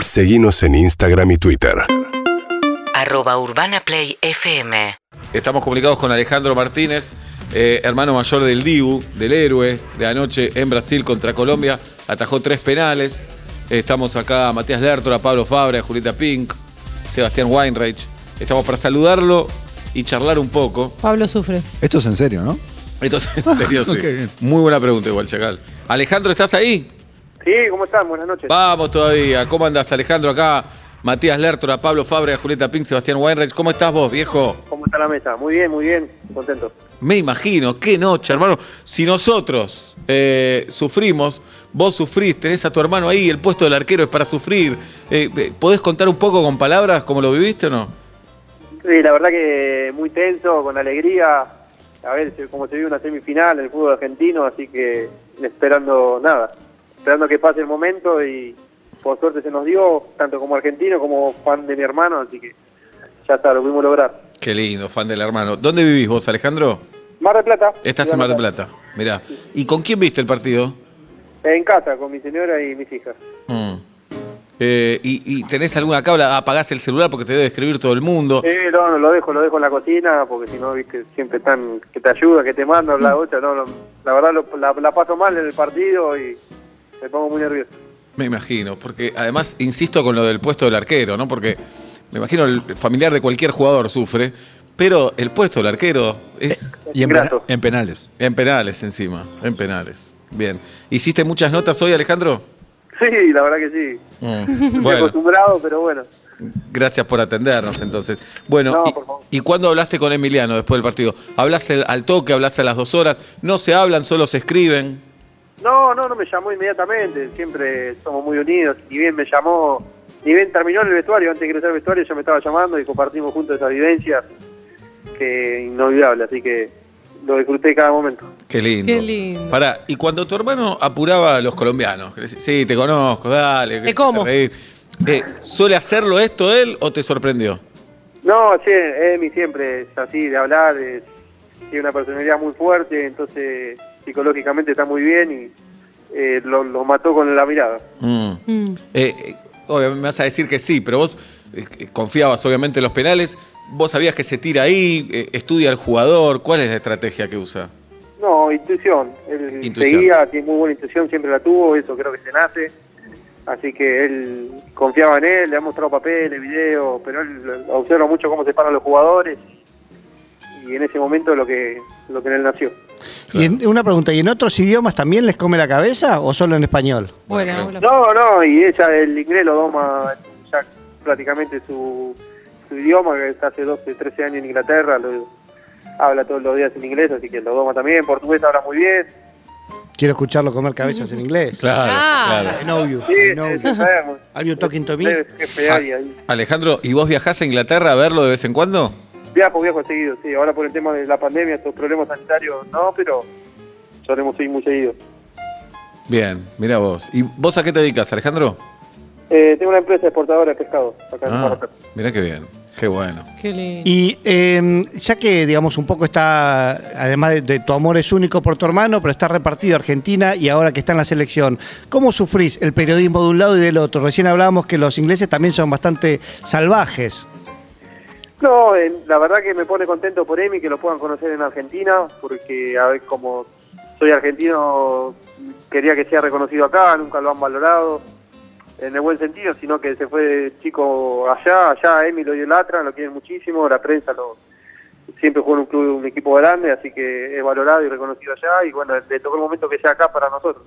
Seguimos en Instagram y Twitter. Arroba Urbana Play FM. Estamos comunicados con Alejandro Martínez, eh, hermano mayor del Dibu, del héroe, de anoche en Brasil contra Colombia. Atajó tres penales. Estamos acá a Matías Lertora, Pablo Fabra, Julieta Pink, Sebastián Weinreich. Estamos para saludarlo y charlar un poco. Pablo sufre. Esto es en serio, ¿no? Entonces, en serio, sí. Ok, bien. Muy buena pregunta igual, Chacal. Alejandro, ¿estás ahí? Sí, ¿cómo están? Buenas noches. Vamos todavía. ¿Cómo andás, Alejandro? Acá Matías Lertora, Pablo Fabra, Julieta Pink, Sebastián Weinreich. ¿Cómo estás vos, viejo? ¿Cómo está la mesa? Muy bien, muy bien. Contento. Me imagino, qué noche, hermano. Si nosotros eh, sufrimos, vos sufrís, tenés a tu hermano ahí, el puesto del arquero es para sufrir. Eh, eh, ¿Podés contar un poco con palabras cómo lo viviste o no? Sí, la verdad que muy tenso, con alegría. A ver, se- como se vive una semifinal en el fútbol argentino, así que esperando nada. Esperando que pase el momento y por suerte se nos dio, tanto como argentino como fan de mi hermano, así que ya está, lo pudimos lograr. Qué lindo, fan del hermano. ¿Dónde vivís vos, Alejandro? Mar del Plata. Estás en Mar del Plata, mirá. ¿Y con quién viste el partido? En casa, con mi señora y mis hijas. Mm. Eh, y, y tenés alguna cabla? Apagás el celular porque te debe escribir todo el mundo. Eh, no, no, lo dejo, lo dejo en la cocina, porque si no, viste, siempre están, que te ayuda, que te manda, la otra, no, no, la verdad lo- la, la paso mal en el partido y me pongo muy nervioso. Me imagino, porque además insisto con lo del puesto del arquero, ¿no? Porque me imagino el familiar de cualquier jugador sufre, pero el puesto del arquero es Y en, Grato. pena- en penales. en penales encima, en penales. Bien. ¿Hiciste muchas notas hoy, Alejandro? Sí, la verdad que sí. Estoy Bueno, acostumbrado, pero bueno. gracias por atendernos entonces. Bueno, No, y- por favor. y, cuándo hablaste con Emiliano después del partido? ¿Hablas el- al toque, hablas a las dos horas? ¿No se hablan, solo se escriben? No, no, no me llamó inmediatamente, siempre somos muy unidos, ni bien me llamó, ni bien terminó en el vestuario, antes de ingresar al vestuario ya me estaba llamando y compartimos juntos esa vivencia que inolvidable, así que lo disfruté cada momento. Qué lindo. Qué lindo. Pará, y cuando tu hermano apuraba a los colombianos, que le decía, sí, te conozco, dale. que Te como. reís". Eh, ¿Suele hacerlo esto él o te sorprendió? No, sí, Emi siempre es así de hablar, es- tiene una personalidad muy fuerte, entonces psicológicamente está muy bien y eh, lo, lo mató con la mirada. Mm. Mm. Eh, eh, obviamente me vas a decir que sí, pero vos eh, eh, confiabas obviamente en los penales, vos sabías que se tira ahí, eh, estudia al jugador, ¿cuál es la estrategia que usa? No, intuición, él Intuición. seguía, tiene muy buena intuición, siempre la tuvo, eso creo que se nace, así que él confiaba en él, le ha mostrado papeles, videos, pero él observa mucho cómo se paran los jugadores y en ese momento lo que, lo que en él nació. Y en- una pregunta, ¿y en otros idiomas también les come la cabeza o solo en español? Bueno, creo- Aulo. No, no, y ella el inglés lo doma ya prácticamente su, su idioma, que está hace 12, 13 años en Inglaterra, lo, habla todos los días en inglés, así que lo doma también, portugués habla muy bien. Quiero escucharlo comer cabezas en inglés. Claro. I know you, Sí, I know sí, you. sabemos. Are you talking to me? Debe ser feal y ahí. Alejandro, ¿y vos viajás a Inglaterra a verlo de vez en cuando? Viajo, viajo seguido, sí, ahora por el tema de la pandemia, estos problemas sanitarios, no, pero solemos ir muy seguido. Bien, mira vos. ¿Y vos a qué te dedicas, Alejandro? Eh, tengo una empresa exportadora de pescado, Ah. acá en Mar del Plata. mira qué bien, qué bueno. Qué lindo. Y eh, ya que, digamos, un poco está, además de, de tu amor es único por tu hermano, pero está repartido Argentina y ahora que está en la selección, ¿cómo sufrís el periodismo de un lado y del otro? Recién hablábamos que los ingleses también son bastante salvajes. No, eh, la verdad que me pone contento por Emi que lo puedan conocer en Argentina, porque a ver, como soy argentino, quería que sea reconocido acá, nunca lo han valorado en el buen sentido, sino que se fue de chico allá, allá Emi lo idolatran, lo quieren muchísimo, la prensa lo siempre jugó en un club, un equipo grande, así que es valorado y reconocido allá, y bueno, le tocó el momento que sea acá para nosotros.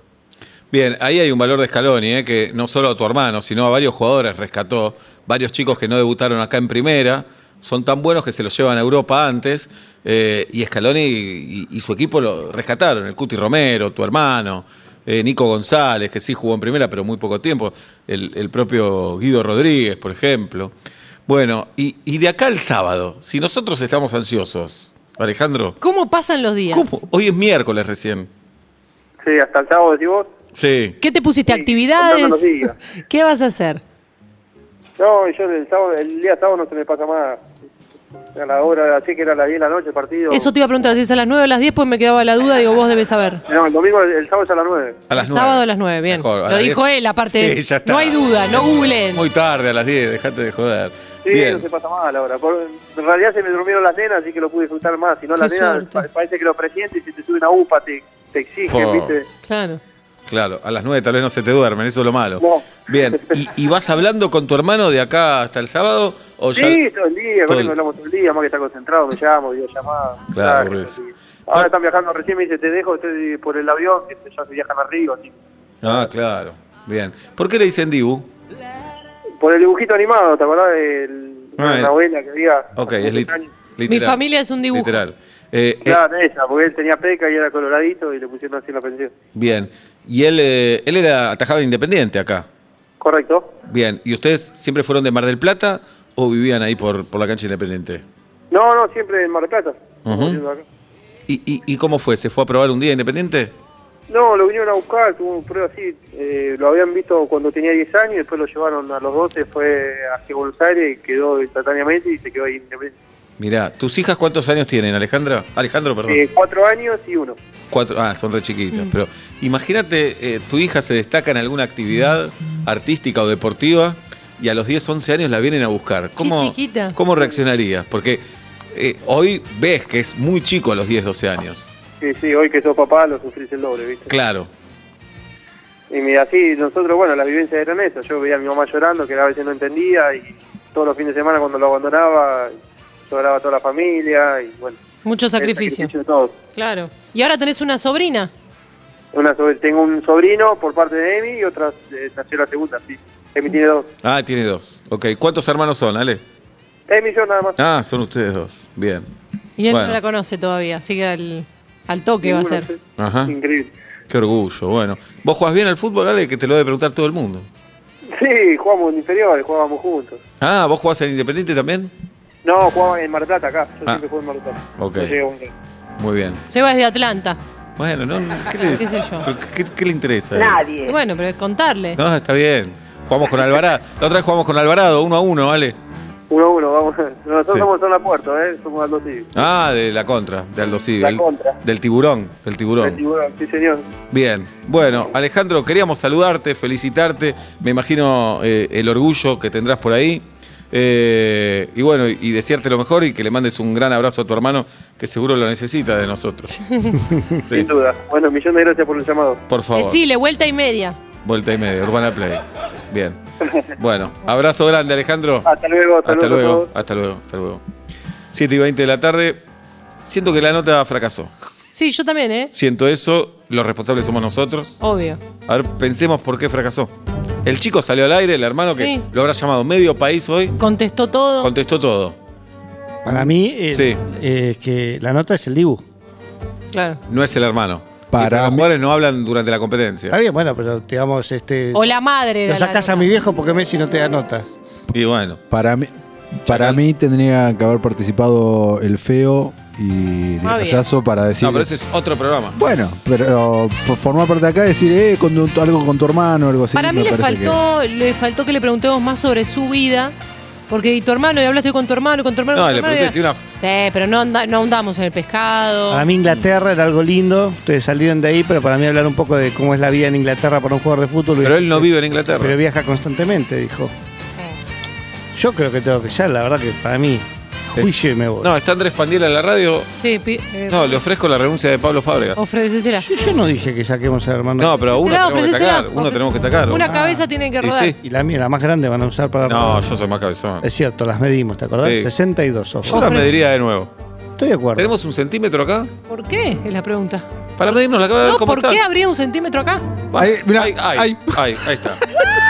Bien, ahí hay un valor de Scaloni, ¿eh? que no solo a tu hermano, sino a varios jugadores rescató, varios chicos que no debutaron acá en primera, son tan buenos que se los llevan a Europa antes, eh, y Scaloni y, y su equipo lo rescataron, el Cuti Romero, tu hermano, eh, Nico González, que sí jugó en primera, pero muy poco tiempo, el, el propio Guido Rodríguez, por ejemplo. Bueno, y, y de acá al sábado, si nosotros estamos ansiosos, Alejandro, ¿Cómo pasan los días? ¿cómo? Hoy es miércoles recién. Sí, hasta el sábado decís vos. Sí. ¿Qué te pusiste? Sí, ¿Actividades? contando los días. ¿Qué vas a hacer? No, yo el, sábado, el día sábado no se me pasa más. a la hora, así que era a las 10 de la noche el partido. Eso te iba a preguntar, si es a las 9 o a las 10, pues me quedaba la duda, digo, vos debes saber. No, el domingo, el sábado es a las 9. A las El nueve. Sábado a las 9, bien. Mejor, a Lo las dijo 10. él, aparte. Sí, es- ya está. no hay duda, no googlen. Muy tarde, a las 10, dejate de joder. Sí, Bien. no se pasa mal ahora. Por, en realidad se me durmieron las nenas, así que lo pude disfrutar más. Si no, Qué las nenas suerte. pa- parece que lo presienten y si te suben a UPA te, te exigen, Oh. ¿viste? Claro. Claro, a las 9 tal vez no se te duermen, eso es lo malo. No. Bien, ¿Y, y vas hablando con tu hermano de acá hasta el sábado? O ya- Sí, todo el todo día, con él el- hablamos todo el día, más que está concentrado, me llamo, videollamada. Claro, mensajes, Ruiz. así. Ahora están viajando recién, me dice, te dejo estoy por el avión, que ya se viajan a Río, así. Ah, claro. Bien. ¿Por qué le dicen Dibu? Por el dibujito animado, ¿te acordás del- de Ah, la bien. novela que había? Ok, es lit- literal. Mi familia es un dibujo. Literal. Eh, eh, Claro, esa, porque él tenía peca y era coloradito y le pusieron así en la pensión. bien. Y él, eh, él era atajado de independiente acá. Correcto. Bien. ¿Y ustedes siempre fueron de Mar del Plata o vivían ahí por, por la cancha independiente? No, no, siempre en Mar del Plata. Ujú. ¿Y, y, y cómo fue? ¿Se fue a probar un día independiente? No, lo vinieron a buscar, tuvo un prueba así, eh, lo habían visto cuando tenía 10 años, y después lo llevaron a los 12, fue hacia Buenos Aires y quedó instantáneamente y se quedó ahí independiente. Mirá, ¿tus hijas cuántos años tienen, Alejandra? Alejandro, perdón. Eh, cuatro años y uno. Cuatro, ah, son re chiquitas. Pero imagínate, eh, tu hija se destaca en alguna actividad artística o deportiva y a los 10, 11 años la vienen a buscar. ¿Cómo, chiquita. ¿cómo reaccionarías? Porque eh, hoy ves que es muy chico a los 10, 12 años. Sí, sí, hoy que sos papá lo sufrís el doble, ¿viste? Claro. Y mira, así nosotros, bueno, las vivencias eran esas. Yo veía a mi mamá llorando, que a veces no entendía, y todos los fines de semana cuando lo abandonaba, lloraba toda la familia, y bueno. Mucho el sacrificio. de todos. Claro. Y ahora tenés una sobrina. Una sobre- tengo un sobrino por parte de Emi y otra eh, nació la segunda, sí. Emi tiene dos. Ah, tiene dos. Ok. ¿Cuántos hermanos son, Ale? Emi y yo nada más. Ah, son ustedes dos. Bien. Y él Bueno. no la conoce todavía, así que al, al toque va a Ninguno, ser. sí. Ajá. Increíble. Qué orgullo. Bueno. ¿Vos jugás bien al fútbol, Ale? Que te lo debe preguntar todo el mundo. Sí, jugamos en inferiores, jugábamos juntos. Ah, ¿vos jugás en Independiente también? No, jugaba en Mar del Plata acá. Yo Ah. siempre jugué en Mar del Plata. Ok. No llegué a un- Muy bien. Seba es de Atlanta. Bueno, no, ¿qué le, ¿Qué sé yo? pero ¿qué- qué le interesa? Y Bueno, pero es contarle. No, está bien. Jugamos con Alvarado. La otra vez jugamos con Alvarado, uno a uno, ¿vale? Uno a uno, vamos. Nosotros Sí. somos zona puerto, ¿eh? Somos Aldo Civi. Ah, de la contra, de Aldo Civi. La el- contra. Del tiburón, del tiburón. El tiburón, sí, señor. Bien. Bueno, Alejandro, queríamos saludarte, felicitarte. Me imagino eh, el orgullo que tendrás por ahí. Eh, y bueno, y desearte lo mejor y que le mandes un gran abrazo a tu hermano, que seguro lo necesita de nosotros. Sí, Sin duda. Bueno, millón de gracias por el llamado. por favor. Decile, vuelta y media. Vuelta y media, Urbana Play. Bien. Bueno, abrazo grande, Alejandro. Hasta luego, hasta, Hasta luego. a luego, todos. hasta luego, hasta luego. 7 y 20 de la tarde. Siento que la nota fracasó. Sí, yo también, ¿eh? Siento eso, los responsables somos nosotros. Obvio. A ver, pensemos por qué fracasó. El chico salió al aire, el hermano que Sí. lo habrá llamado medio país hoy, Contestó todo. contestó todo. Para mí, eh, Sí. eh, que la nota es el Dibu. claro. No es el hermano. Para Y porque los mí- jugadores no hablan durante la Está competencia. bien, bueno, pero digamos, este. O la madre. era lo la sacás a nota. mi viejo porque Messi no te da notas. Y bueno, Para mí, para mí tendría que haber participado el feo y Ah, bien. Nicolás para decir. no, pero ese es otro programa. Bueno, pero por formar parte de acá decir, eh, con tu- algo con tu hermano, algo así. Para mí me le parece que- faltó, le faltó que le preguntemos más sobre su vida. Porque y tu hermano, y hablaste con tu hermano, y con tu hermano. No, con tu le hermano, pregunté, y- tiene una Sí, pero no, anda- no ahondamos en el pescado. Para mí, Inglaterra era algo lindo. Ustedes salieron de ahí, pero para mí hablar un poco de cómo es la vida en Inglaterra para un jugador de fútbol. Pero él no vive en Inglaterra. Pero viaja constantemente, dijo. Yo creo que tengo que ya, la verdad que para mí, juicio y me voy. No, está Andrés Pandiela en la radio. Sí, pi- eh, No, le ofrezco la renuncia de Pablo Fábregas. ofrecésela. Yo, yo no dije que saquemos al hermano. No, pero a uno Ofrecésela, tenemos que ofrecésela, sacar. Uno ofre- tenemos que sacar. Una cabeza tiene que Y rodar. sí. Y la mía, la más grande, van a usar para. No, yo soy más cabezón. Es cierto, las medimos, ¿te acordás? Sí. 62 ojos. Yo la Ofre- mediría de nuevo. Estoy de acuerdo. ¿Tenemos un centímetro acá? ¿Por qué? Es la pregunta. Para medirnos la cabeza. No, ¿cómo ¿por está? qué habría un centímetro acá? Bueno, Ahí, mirá, ahí, ahí, ahí. ahí, ahí está.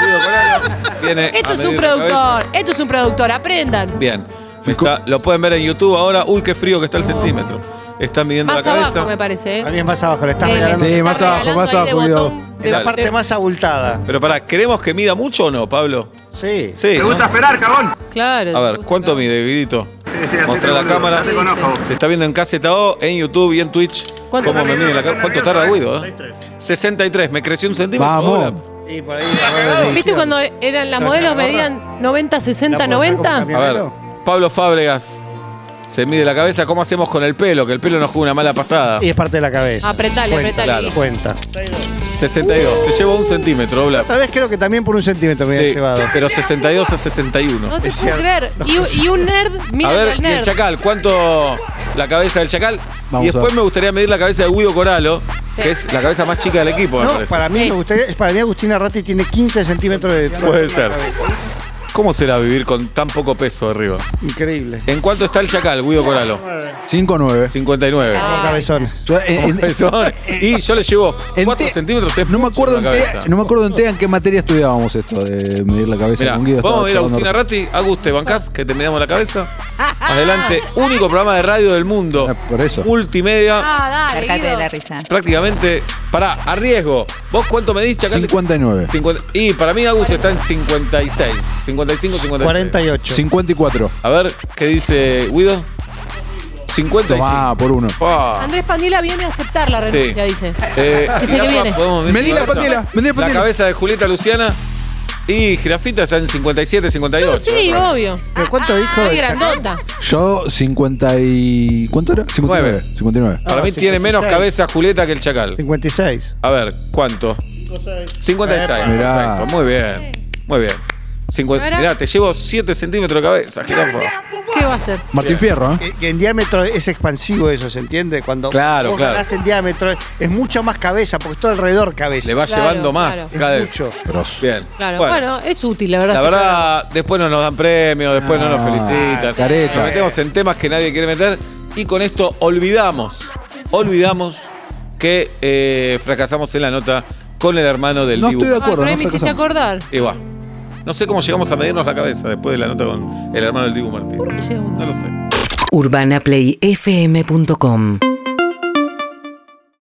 Guido Corrales viene Esto Eh, a es un medir la cabeza. productor, esto es un productor, aprendan. Bien. Me está- lo pueden ver en YouTube ahora. Uy, qué frío que está el centímetro. Están midiendo Más la cabeza. abajo me parece. ¿eh? A mí es más abajo, le estás Sí, regalando. les Sí, está más abajo, regalando más ahí de abajo, Guido. botón, de De la botón. parte más abultada. Pero pará, ¿queremos que mida mucho o no, Pablo? Sí. Sí. ¿no? Claro. A ver, ¿cuánto mide, Guidito? Contra la cámara. Sí, sí. Se está viendo en KZO, en YouTube y en Twitch. ¿Cuánto? ¿Cómo me mide la cabeza? ¿Cuánto tarda Guido? eh? 63. Me creció un centímetro. Vamos. Hola. Y por ahí la buena decisión. ¿Viste cuando eran las modelos medían 90, ¿La 60, puedo sacar como 90? camionero? A ver, Pablo Fábregas, Se mide la cabeza. ¿Cómo hacemos con el pelo? Que el pelo nos juega una mala pasada. Y es parte de la cabeza. Apretale, Cuenta, apretale. Ah. claro. Cuenta. 62. Te llevo un centímetro, Blas. Otra vez creo que también por un centímetro me había Sí, llevado. pero 62 a 61. No te Es puedo cierto. creer. Y, y un nerd, mira A ver, al y el nerd. chacal, ¿cuánto la cabeza del chacal? Vamos y después a- me gustaría medir la cabeza de Guido Coralo, Sí. que es la cabeza más chica del equipo, me No, parece. para mí Sí. me gustaría, para mí Agustina Ratti tiene 15 centímetros de Puede ser. ¿Cómo será vivir con tan poco peso arriba? Increíble. ¿En cuánto está el chacal, Guido Coralo? 5-9. 59. Ah. Cabezón. Yo, eh, en- Profesor, y yo le llevo en 4 te- centímetros. es no me mucho acuerdo en la cabeza. TEA, no me acuerdo en TEA en qué materia estudiábamos esto de medir la cabeza Mirá, con Guido. vamos a ver a estaba Agustina charlando- Ratti. Agus, te bancás, que te medamos la cabeza. Ah. Adelante, único programa de radio del mundo. Ah, por eso. Multimedia, Ah, dale. Acércate de Guido. la risa. prácticamente. Pará, a riesgo. ¿Vos cuánto medís, Chacal? 59. 50 y para mí Agus está en 56. 55, 56. 48. 54. A ver, ¿qué dice Guido? 55. Tomá, por uno. Pa. Andrés Panila viene a aceptar la renuncia, Sí. dice. Eh, Dice que jirafa, viene. podemos decir Medí la cabeza. patela, medí la La patela. cabeza de Julieta Luciana. Y Girafita está en 57, 58. sí, obvio. ¿Pero cuánto dijo? Ay, el grandota. Yo 50 y... ¿Cuánto era? 59. 59. Para mí tiene 56. menos cabeza Julieta que el Chacal. 56. A ver, ¿cuánto? 56. Mirá. Perfecto, muy bien. Muy bien. Cincu- Ahora- Mirá, te llevo 7 centímetros de cabeza, jirafa. ¿Qué va a hacer? Martín Fierro, ¿eh? Que, que en diámetro es expansivo eso, ¿se entiende? Cuando Claro, vos claro. ganás en diámetro es, es mucha más cabeza, porque es todo alrededor cabeza. Le va Claro, llevando más claro. es cada vez. mucho. Bien. Claro, bueno, es útil, la verdad. La este verdad, después no nos dan premios, después no nos felicitan. Ah, careta. Nos metemos en temas que nadie quiere meter y con esto olvidamos, olvidamos que eh, fracasamos en la nota con el hermano del No Dibu. estoy de programa. Ah, pero acuerdo. ahí no me hiciste fracasamos. acordar. Y va. No sé cómo llegamos a medirnos la cabeza después de la nota con el hermano del Dibu Martín. llegamos? No lo sé. urbanaplayfm.com